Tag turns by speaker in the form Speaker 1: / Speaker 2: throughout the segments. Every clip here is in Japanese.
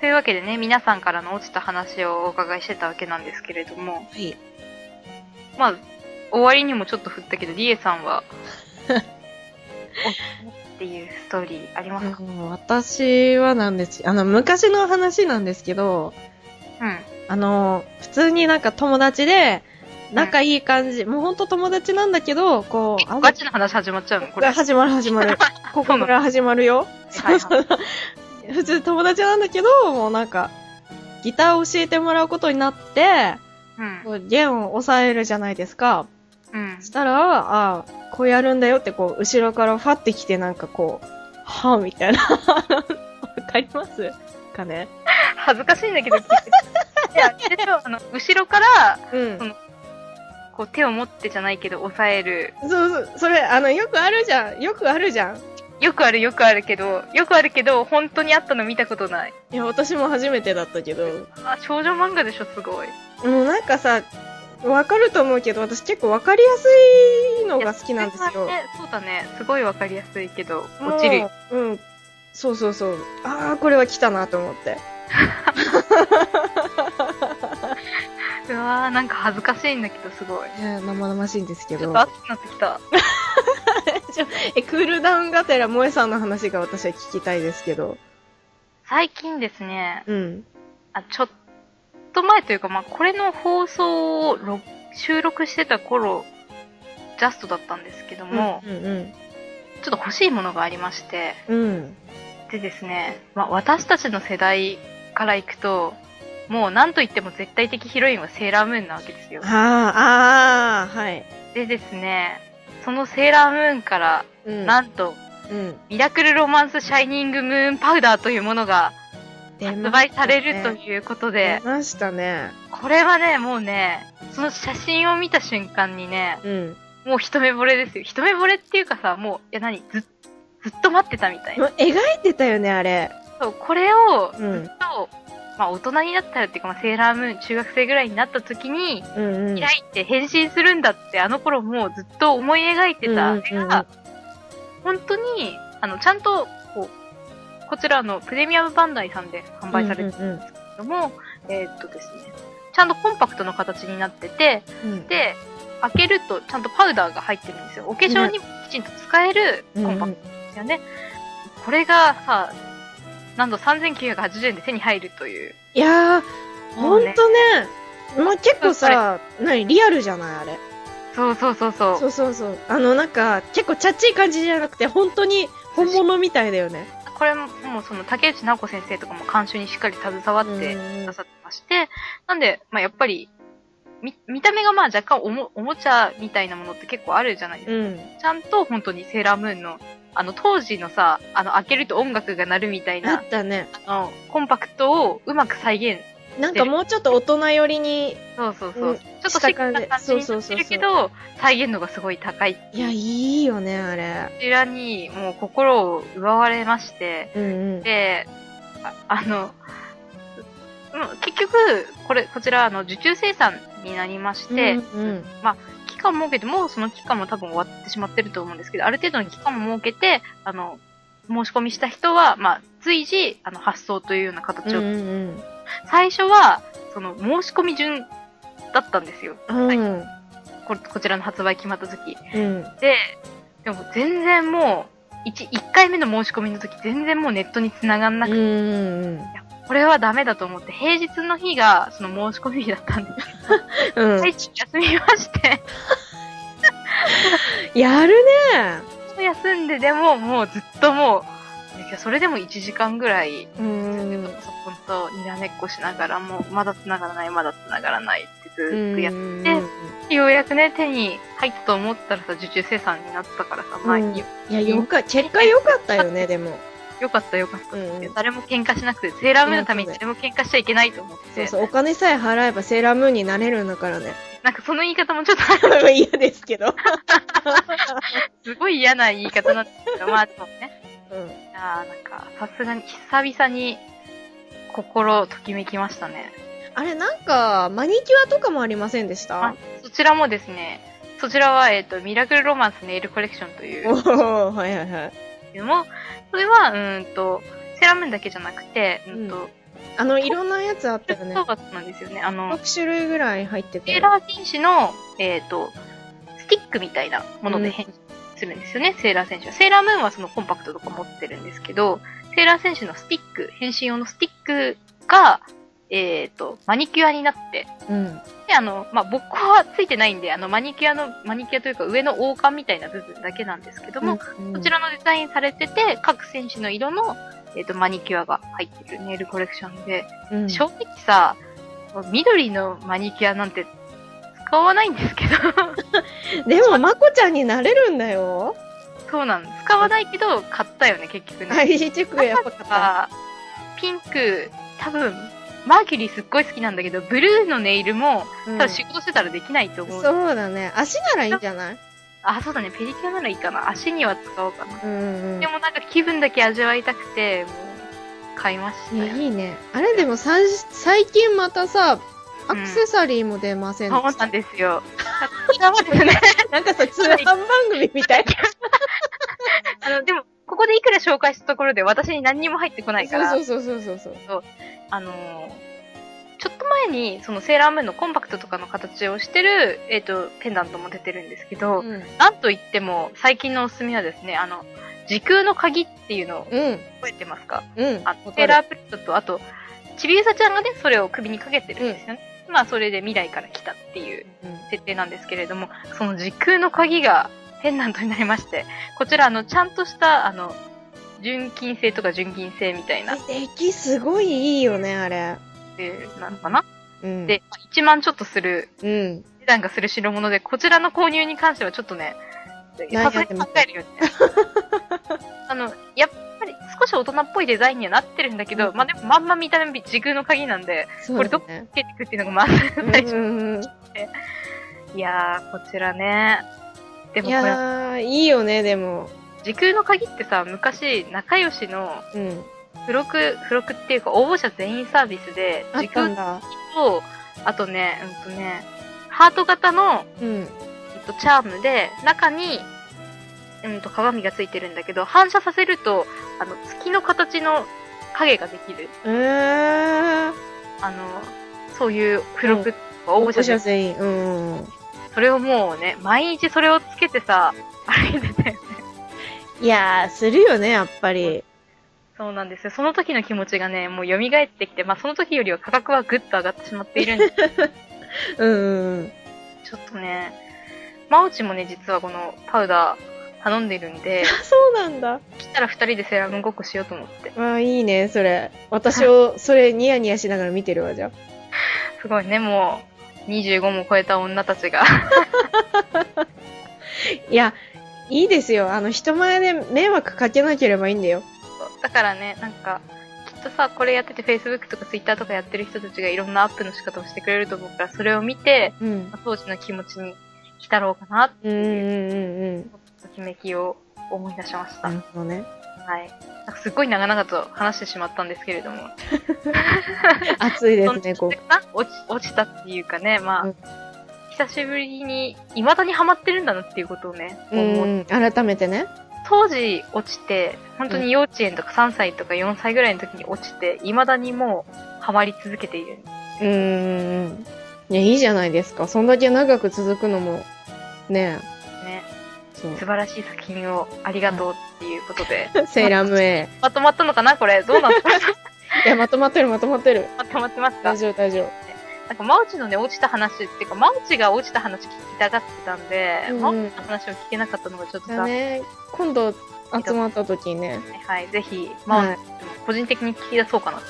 Speaker 1: というわけでね、皆さんからの落ちた話をお伺いしてたわけなんですけれども、
Speaker 2: はい。
Speaker 1: まあ、終わりにもちょっと振ったけど、リエさんは、おっていうストーリーありますか
Speaker 2: うん私はなんです、あの、昔の話なんですけど、
Speaker 1: うん。
Speaker 2: あの、普通になんか友達で、仲いい感じ、もうほんと友達なんだけど、こう、あんま
Speaker 1: ガチの話始まっちゃうのこれ。
Speaker 2: 始まる始まる。ここから始まるよ。
Speaker 1: はいはい
Speaker 2: 普通友達なんだけど、もうなんか、ギター教えてもらうことになって、
Speaker 1: うん
Speaker 2: こう弦を抑えるじゃないですか。
Speaker 1: うん
Speaker 2: そしたら、ああ、こうやるんだよって、こう、後ろからファってきて、なんかこう、はぁ、みたいな。 わかりますかね
Speaker 1: 恥ずかしいんだけど、聞いていや、あれでしょあの、後ろから、
Speaker 2: うん
Speaker 1: そ。のこう手を持ってじゃないけど、押さえる。
Speaker 2: そうそう、それ、あの、よくあるじゃん。よくあるじゃん。
Speaker 1: よくあるよくあるけど、よくあるけど、本当にあったの見たことない。
Speaker 2: いや、私も初めてだったけど。
Speaker 1: あ、少女漫画でしょ、すごい。
Speaker 2: もうなんかさ、わかると思うけど、私結構わかりやすいのが好きなんです
Speaker 1: いやそ
Speaker 2: よ
Speaker 1: れ。はねそうだね。すごいわかりやすいけど、落ちる。
Speaker 2: もう。うん。そうそうそう。ああ、これは来たなと思って。
Speaker 1: うわー、なんか恥ずかしいんだけど、すごい。
Speaker 2: いや、生々しいんですけ
Speaker 1: ちょ
Speaker 2: ど
Speaker 1: っと。熱くなってきた。
Speaker 2: え、クールダウンがてら、萌えさんの話が私は聞きたいですけど。
Speaker 1: 最近ですね、
Speaker 2: うん。
Speaker 1: あ、ちょっと前というか、まあ、これの放送を録収録してた頃、ジャストだったんですけども、
Speaker 2: うんうん
Speaker 1: ちょっと欲しいものがありまして、
Speaker 2: うん。うん。
Speaker 1: でですね、まあ、私たちの世代からいくと、もう何と言っても絶対的ヒロインはセーラームーンなわけですよ。
Speaker 2: ああ、ああ、はい。
Speaker 1: でですね、そのセーラームーンから、
Speaker 2: うん
Speaker 1: なんと、
Speaker 2: うん。
Speaker 1: ミラクルロマンスシャイニングムーンパウダーというものが
Speaker 2: 出
Speaker 1: 発
Speaker 2: まし
Speaker 1: 売
Speaker 2: た
Speaker 1: さ
Speaker 2: ね
Speaker 1: れるということ
Speaker 2: 出
Speaker 1: で、
Speaker 2: ましたね。
Speaker 1: これはね、もうね、その写真を見た瞬間にね、
Speaker 2: うん。
Speaker 1: もう一目惚れですよ。一目惚れっていうかさ、もう、いや何、ずっずっと待ってたみたい
Speaker 2: も
Speaker 1: な。
Speaker 2: う描いてたよね、あれ。
Speaker 1: そう、これを、
Speaker 2: うん。
Speaker 1: と、まあ、大人になったらっていうか、まあ、セーラームーン中学生ぐらいになった時に
Speaker 2: うんうん。
Speaker 1: 開いて変身するんだってあの頃もうずっと思い描いてたあれ
Speaker 2: うんうんうん
Speaker 1: が本当にあのちゃんとこうこちらのプレミアムバンダイさんで販売されてる
Speaker 2: うんうん
Speaker 1: けども、えーっとですねちゃんとコンパクトの形になってて
Speaker 2: うん。
Speaker 1: で開けるとちゃんとパウダーが入ってるんですよお化粧にもきちんと使えるコ
Speaker 2: うん
Speaker 1: ンパクトですよね、これがさなんと3980円で手に入るという
Speaker 2: いやー、
Speaker 1: も
Speaker 2: ほ
Speaker 1: うんね
Speaker 2: とね。まあ、結構さ、何、リアルじゃないあれ。
Speaker 1: そうそうそうそう
Speaker 2: そうそうそう。あの、なんか、結構チャッチい感じじゃなくて、本当に本物みたいだよね。
Speaker 1: これももうその竹内直子先生とかも監修にしっかり携わってくださってまして、なんで、まあ、やっぱり見見た目がまあ若干おもおもちゃみたいなものって結構あるじゃないです
Speaker 2: う
Speaker 1: か、
Speaker 2: ん。
Speaker 1: ちゃんと本当にセーラームーンのあの当時のさあの開けると音楽が鳴るみたい
Speaker 2: あ
Speaker 1: な
Speaker 2: ったね。
Speaker 1: あのコンパクトをうまく再現
Speaker 2: なんかもうちょっと大人寄りに、
Speaker 1: そうそうそう、
Speaker 2: うん
Speaker 1: ちょっとシックな感じに
Speaker 2: そうそう
Speaker 1: なっ
Speaker 2: そ
Speaker 1: て
Speaker 2: うそ
Speaker 1: る
Speaker 2: う
Speaker 1: けど再現度がすごい高いこ
Speaker 2: いや、いいよね、あれ。
Speaker 1: ちらにもう心を奪われまして
Speaker 2: うんうん。
Speaker 1: で、ああの、うん結局、これ、こちら、あの、受注生産になりまして、
Speaker 2: うんうん
Speaker 1: 期間を設けて、もうその期間も多分終わってしまってると思うんですけど、ある程度の期間を設けて、あの、申し込みした人は、まあ、随時、あの、発送というような
Speaker 2: うん
Speaker 1: 形
Speaker 2: う
Speaker 1: を、
Speaker 2: ん
Speaker 1: 最初は、その、申し込み順だったんですよ。
Speaker 2: う
Speaker 1: は
Speaker 2: ん。う
Speaker 1: い
Speaker 2: ん。
Speaker 1: ここちらの発売決まった時。
Speaker 2: うん。
Speaker 1: で、でも全然もう、1、一回目の申し込みの時、全然もうネットに繋がんなくて
Speaker 2: うんうん
Speaker 1: これはダメだと思って、平日の日がその申し込み日だったんで、
Speaker 2: うん。うん
Speaker 1: 最近休みまして、
Speaker 2: やるね
Speaker 1: 休んででも、もうずっともう、いやそれでも1時間ぐらい、
Speaker 2: う
Speaker 1: ずっ
Speaker 2: ん
Speaker 1: とパソコンとにらめっこしながら、もうまだ繋がらない、まだ繋がらないってずっとやっ
Speaker 2: うん
Speaker 1: て、ようやくね、手に入ったと思ったらさ、受注生産になったからさ、まあ、
Speaker 2: うん
Speaker 1: よ
Speaker 2: いや、よか、結果良かったよね、でも。
Speaker 1: よかったよかった。
Speaker 2: うんうん
Speaker 1: 誰も喧嘩しなくて、セーラームーンのために誰も喧嘩しちゃいけないと思っ
Speaker 2: そう
Speaker 1: て、
Speaker 2: そう、お金さえ払えばセーラームーンになれるんだからね。
Speaker 1: なんかその言い方もちょっと
Speaker 2: 嫌ですけど。
Speaker 1: すごい嫌な言い方なんですけど、まあでもね。
Speaker 2: うん。
Speaker 1: いやーなんか、さすがに、久々に、心、ときめきましたね。
Speaker 2: あれ、なんか、マニキュアとかもありませんでした
Speaker 1: あそちらもですね、そちらは、えっ、と、ミラクルロマンスネイルコレクションとい
Speaker 2: お
Speaker 1: う
Speaker 2: ー、はいはいはい。
Speaker 1: のも、それは、うーんと、セーラームーンだけじゃなくて、うんと、
Speaker 2: あの、いろんなやつあったよね
Speaker 1: そ。うなんですよね。あの、
Speaker 2: 6種類ぐらい入って
Speaker 1: セー
Speaker 2: て。
Speaker 1: ラー戦士の、えっ、と、スティックみたいなもので変身するんですよね、セーラー戦士は。セーラームーンはそのコンパクトとか持ってるんですけど、セーラー戦士のスティック、変身用のスティックが、えっ、と、マニキュアになって、
Speaker 2: うん。
Speaker 1: で、あの、まあ、僕はついてないんで、あの、マニキュアの、マニキュアというか上の王冠みたいな部分だけなんですけども、
Speaker 2: うん
Speaker 1: こちらのデザインされてて、各選手の色の、えっとマニキュアが入ってるネイルコレクションで、
Speaker 2: うん
Speaker 1: 正直さ、緑のマニキュアなんて使わないんですけど、
Speaker 2: でも、まこちゃんになれるんだよ。
Speaker 1: そうなんです。使わないけど、買ったよね、結局ね。
Speaker 2: はい、チェックやっぱ買った。
Speaker 1: あピンク、多分、マーキュリーすっごい好きなんだけど、ブルーのネイルも、
Speaker 2: う
Speaker 1: 多
Speaker 2: ん
Speaker 1: 分仕事してたらできないと思う。
Speaker 2: そうだね。足ならいいんじゃない
Speaker 1: あ、そうだね、ペリキュアならいいかな。足には使おうかな。
Speaker 2: うんうん
Speaker 1: で。もなんか気分だけ味わいたくて、もう、買いましたよ。
Speaker 2: いいね。あれでもさん最近またさ、アクセサリーも出ませんで
Speaker 1: そう
Speaker 2: し
Speaker 1: な
Speaker 2: た
Speaker 1: んですよ。頑張ってね。
Speaker 2: なんかさ、通販番組みたいな。
Speaker 1: あの、でも、ここでいくら紹介したところで私に何にも入ってこないから、
Speaker 2: そうそうそうそうそう。
Speaker 1: あのー、ちょっと前に、そのセーラームーンのコンパクトとかの形をしてる、えっ、と、ペンダントも出てるんですけど、
Speaker 2: うん。
Speaker 1: なんといっても、最近のおすすめはですね、あの、時空の鍵っていうのを
Speaker 2: うん。
Speaker 1: 覚えてますか
Speaker 2: うん。
Speaker 1: あ
Speaker 2: わか
Speaker 1: セー
Speaker 2: る
Speaker 1: ラープレットと、あと、ちびうさちゃんがね、それを首にかけてるんですよね。まあ、それで未来から来たっていう設定なんですけれども、その時空の鍵がペンダントになりまして、こちら、あの、ちゃんとした、あの、純金製とか純銀製みたいな、
Speaker 2: うん。出来すごいいいよね、あれ。
Speaker 1: えーなのかな、
Speaker 2: うん。
Speaker 1: で、1万ちょっとする、
Speaker 2: うん。
Speaker 1: 値段がする代物で、こちらの購入に関してはちょっとね、
Speaker 2: 悩
Speaker 1: さ
Speaker 2: ん
Speaker 1: す
Speaker 2: じゃ
Speaker 1: が
Speaker 2: っ
Speaker 1: に
Speaker 2: て
Speaker 1: 考えるよね。あの、やっぱり少し大人っぽいデザインにはなってるんだけど、
Speaker 2: うん
Speaker 1: まあでもまんま見た目時空の鍵なんで、
Speaker 2: そうだ
Speaker 1: こ
Speaker 2: ね。
Speaker 1: つけてくっていうのが まず最初。
Speaker 2: うんうん
Speaker 1: いやー、こちらね。で
Speaker 2: うん。
Speaker 1: も
Speaker 2: い
Speaker 1: これ
Speaker 2: やー、いいよね、でも。
Speaker 1: 時空の鍵ってさ、昔、仲良しの
Speaker 2: うん。
Speaker 1: 付録、付録っていうか応募者全員サービスで、
Speaker 2: あっ
Speaker 1: 時
Speaker 2: た
Speaker 1: 空
Speaker 2: んだ。
Speaker 1: と、あとね、うんとね、ハート型の、
Speaker 2: うん。
Speaker 1: うんと、チャームで、中に、うんと、鏡がついてるんだけど、反射させると、あの、月の形の影ができる。
Speaker 2: えー。
Speaker 1: あの、そういう付録とか応募者
Speaker 2: 者
Speaker 1: 全員
Speaker 2: 全員。うんうん。
Speaker 1: それをもうね、毎日それをつけてさ、歩いてて。
Speaker 2: いやー、するよね、やっぱり。
Speaker 1: そうなんですよ。その時の気持ちがね、もう蘇ってきて、まあその時よりは価格はぐっと上がってしまっているんで、
Speaker 2: うんうんうん。
Speaker 1: ちょっとね、マオチもね、実はこのパウダー頼んでるんで、
Speaker 2: そうなんだ。
Speaker 1: 来たら二人でセーラームーンごっこしようと思って。
Speaker 2: あーいいね、それ。私を、それ、ニヤニヤしながら見てるわ、じゃあ。
Speaker 1: すごいね、もう、25も超えた女たちが。
Speaker 2: いや、いいですよ。あの、人前で迷惑かけなければいいんだよ。
Speaker 1: だからね、なんか、きっとさ、これやってて Facebook とか Twitter とかやってる人たちがいろんなアップの仕方をしてくれると思うから、それを見て、
Speaker 2: うん。
Speaker 1: まあ当時の気持ちに浸ろうかなって
Speaker 2: うんうんうんうん。
Speaker 1: ときめきを思い出しました。
Speaker 2: なる
Speaker 1: は
Speaker 2: ほどね。
Speaker 1: い。なんかすっごい長々と話してしまったんですけれども。
Speaker 2: 暑いです ね、
Speaker 1: そん
Speaker 2: こ
Speaker 1: な感じかな落ち、落ちたっていうかね、まあ、
Speaker 2: うん
Speaker 1: 久しぶりに、未だにハマってるんだなっていうことをね、
Speaker 2: う。う、
Speaker 1: 思うん
Speaker 2: 改めてね。
Speaker 1: 当時落ちて、本当に幼稚園とか3歳とか4歳ぐらいの時に落ちて、未だにもうハマり続けている。
Speaker 2: うんうんうん。いや、いいじゃないですか。そんだけ長く続くのも、ね
Speaker 1: ね、
Speaker 2: え、そ
Speaker 1: 素晴らしい作品をありがとうっていうことで、
Speaker 2: う。セーラームーン。
Speaker 1: まとまったのかなこれ。どうなの
Speaker 2: いや、まとまってる、まとま ってる。
Speaker 1: まとまってますか
Speaker 2: 大丈夫、大丈夫。
Speaker 1: なんか、マウチのね、落ちた話っていうか、マウチが落ちた話聞きたがってたんで、
Speaker 2: うん
Speaker 1: マウチの話を聞けなかったのがちょっと
Speaker 2: だ
Speaker 1: さ、
Speaker 2: ね。今度、集まった時にね。
Speaker 1: はい、ぜひ、マウチ
Speaker 2: は
Speaker 1: も個人的に聞き出そうかなっ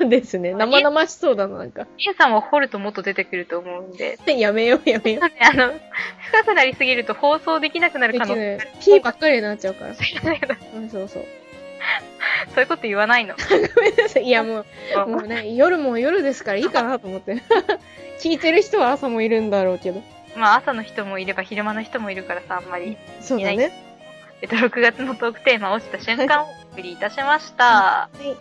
Speaker 1: て。
Speaker 2: い。 ですね。生々しそうだな、なんか。
Speaker 1: インさんは掘るともっと出てくると思うんで、
Speaker 2: やめよう、やめよう。
Speaker 1: なんであの、深くなりすぎると放送できなくなる
Speaker 2: で
Speaker 1: 可
Speaker 2: き
Speaker 1: 能
Speaker 2: な
Speaker 1: 性
Speaker 2: い
Speaker 1: がある。。
Speaker 2: ピーばっかりになっちゃうから。
Speaker 1: そ
Speaker 2: うんそうそう。
Speaker 1: ういうこと言わないの。
Speaker 2: ごめんなさい。いや、も う、も
Speaker 1: もう
Speaker 2: うね、夜も夜ですからいいかなと思って。 聞いてる人は朝もいるんだろうけど。
Speaker 1: まあ、朝の人もいれば昼間の人もいるからさ、あんまり。
Speaker 2: そうだね。
Speaker 1: えっと、6月のトークテーマ、落ちた瞬 間をお送りいたしました。
Speaker 2: はい。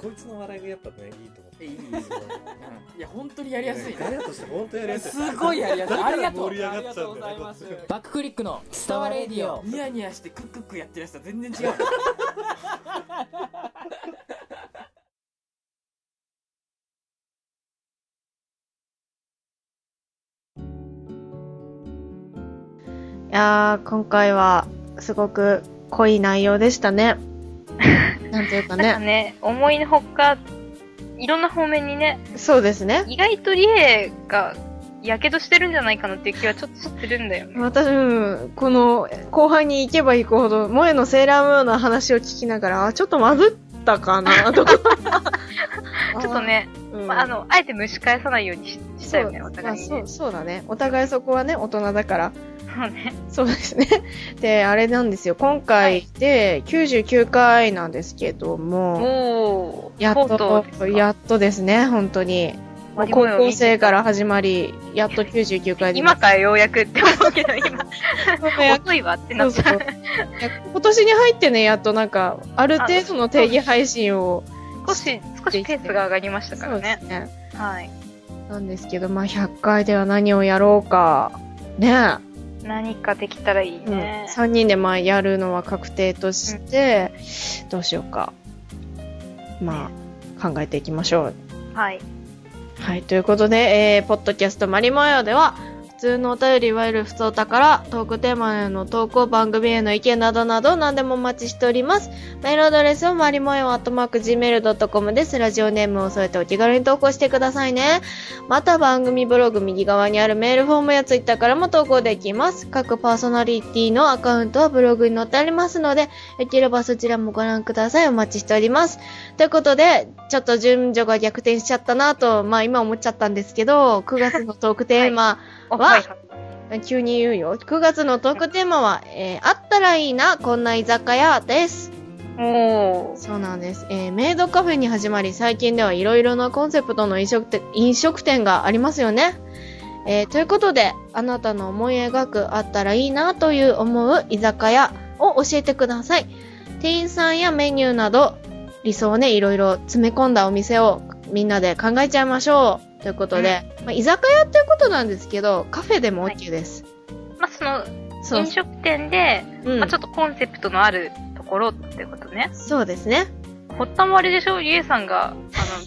Speaker 3: こいつの笑いがやっぱね、いいと思って。
Speaker 4: いいいいいいうんいや本当にやりやすい
Speaker 3: ガ
Speaker 4: ね
Speaker 3: ヤとして本当やりやすい。
Speaker 4: すごいやりやすいありがと
Speaker 3: だか
Speaker 4: う
Speaker 3: ら盛り上がっちゃうんだよね
Speaker 4: ありがとうございます
Speaker 5: バッククリックのスタワレディオ
Speaker 4: ニヤニヤしてクックックやってるやつとは全然違う
Speaker 2: いやー、今回は、すごく濃い内容でしたね。 なんというか
Speaker 1: なんか
Speaker 2: ね。
Speaker 1: ね、思いのほか、いろんな方面にね、
Speaker 2: そうですね。
Speaker 1: 意外とリエが、やけどしてるんじゃないかなっていう気はちょっとしてるんだよね。
Speaker 2: 私、うん、この、後半に行けば行くほど、萌えのセーラームーンの話を聞きながら、あ、ちょっとまずったかな、 とか。
Speaker 1: ちょっとね、
Speaker 2: あー、うん
Speaker 1: まあ、あの、あえて蒸し返さないようにししたよね、
Speaker 2: そう
Speaker 1: お互いに
Speaker 2: まあ
Speaker 1: ね。
Speaker 2: そう。そうだね。お互いそこはね、大人だから。
Speaker 1: そうね。
Speaker 2: そうですね。で、あれなんですよ。今回で99回なんですけども、
Speaker 1: おー、
Speaker 2: やっ
Speaker 1: とう
Speaker 2: と
Speaker 1: うですか、
Speaker 2: やっとですね、本当に。
Speaker 1: まあ
Speaker 2: 高校生から始まり、やっと99回で。
Speaker 1: 今からようやくって思うけど、今、遅いわってなっちゃう。
Speaker 2: いや今年に入ってね、やっとなんか、ある程度の定義配信を。
Speaker 1: 少し、少しペースが上がりましたからね。
Speaker 2: そうですね。
Speaker 1: はい。
Speaker 2: なんですけど、まあ、100回では何をやろうか。ね
Speaker 1: 何かできたらいい
Speaker 2: え。うん
Speaker 1: ね。
Speaker 2: 3人でまあやるのは確定として、どうしようか。まあ、考えていきましょう。
Speaker 1: はい。
Speaker 2: はい、ということで、えー、ポッドキャストマリモヨでは、普通のお便り、いわゆる普通お宝、トークテーマへの投稿、番組への意見などなど、何でもお待ちしております。メールアドレスはマリモヨアットマーク Gmail.com です。ラジオネームを添えてお気軽に投稿してくださいね。また番組ブログ右側にあるメールフォームやツイッターからも投稿できます。各パーソナリティのアカウントはブログに載ってありますので、よければそちらもご覧ください。お待ちしております。ということで、ちょっと順序が逆転しちゃったなと、まあ今思っちゃったんですけど、9月のトークテーマ、
Speaker 1: お
Speaker 2: わ
Speaker 1: はいはい
Speaker 2: 急に言うよ。9月のトークテーマは、えーあったらいいな、こんな居酒屋です。
Speaker 1: おー。
Speaker 2: そうなんです。えーメイドカフェに始まり、最近ではいろいろなコンセプトの飲食店飲食店がありますよね。えーということで、あなたの思い描くあったらいいなという思う居酒屋を教えてください。店員さんやメニューなど、理想をね、いろいろ詰め込んだお店をみんなで考えちゃいましょう。ということで、まあ、居酒屋っていうことなんですけど、カフェでも OK です。
Speaker 1: まあ、その、
Speaker 2: そう
Speaker 1: 飲。食店で、
Speaker 2: うん
Speaker 1: まあ、ちょっとコンセプトのあるところってことね。
Speaker 2: そうですね。
Speaker 1: 発端もあれでしょゆえさんが、あの、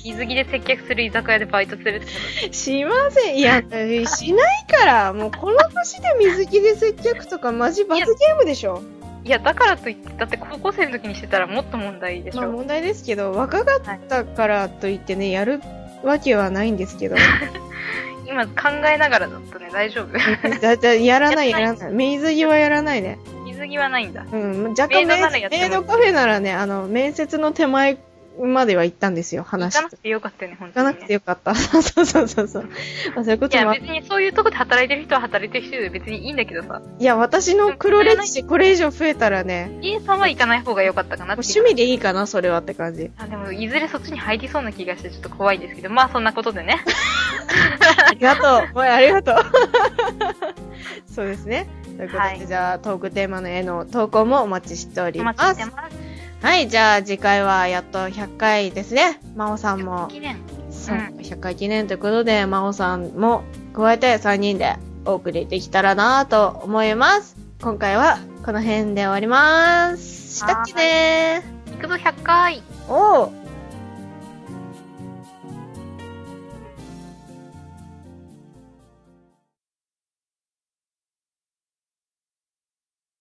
Speaker 1: 水着で接客する居酒屋でバイトするってこと
Speaker 2: しません。いや、しないから、もうこの年で水着で接客とかマジ罰ゲームでしょ。
Speaker 1: いや、だからといって、だって高校生の時にしてたらもっと問題でし
Speaker 2: まあ
Speaker 1: ょ。
Speaker 2: 問題ですけど、若かったからといってね、やるわけはないんです けど、
Speaker 1: 今考えながらだったね、大丈夫。
Speaker 2: だいたいやらない、
Speaker 1: や
Speaker 2: や
Speaker 1: ら
Speaker 2: らない。水着はやらないね。
Speaker 1: 水着はないんだ。
Speaker 2: うん、若干
Speaker 1: メイドなら
Speaker 2: メ
Speaker 1: や
Speaker 2: イ
Speaker 1: ってもいい
Speaker 2: メイドカフェならね、あの、面接の手前までは行ったんですよ、
Speaker 1: 行
Speaker 2: 話
Speaker 1: かな
Speaker 2: して
Speaker 1: く。てよかったよね、本
Speaker 2: 行か
Speaker 1: 当
Speaker 2: な
Speaker 1: に、
Speaker 2: くて
Speaker 1: ね。
Speaker 2: よかった。 そうそうそうそうそう。まあそういうこ
Speaker 1: い
Speaker 2: とも
Speaker 1: や、
Speaker 2: あっ
Speaker 1: 別にそういうとこで働いてる人は働いてる人で別にいいんだけどさ、
Speaker 2: いや、私の黒歴史これ以上増えたらね、
Speaker 1: 家さんは行かない方が良かったかな
Speaker 2: も
Speaker 1: っ
Speaker 2: う
Speaker 1: ていう。
Speaker 2: 趣味でいいかな、それはって感じ。
Speaker 1: あでも、いずれそっちに入りそうな気がして、ちょっと怖いんですけど、まあそんなことでね。
Speaker 2: ありがとう。もうありがとう。 そうですね。ということで、
Speaker 1: はい
Speaker 2: じゃあトークテーマの絵の投稿もお待ちしており
Speaker 1: お
Speaker 2: ま
Speaker 1: 待ちし
Speaker 2: す。
Speaker 1: てます。
Speaker 2: はい、じゃあ次回はやっと100回ですね。真央さんも、
Speaker 1: 記念。
Speaker 2: そう100回記念ということで、真央さんも加えて3人でお送りできたらなと思います。今回はこの辺で終わります。したっけねー。
Speaker 1: 行くぞ、100回。
Speaker 2: おー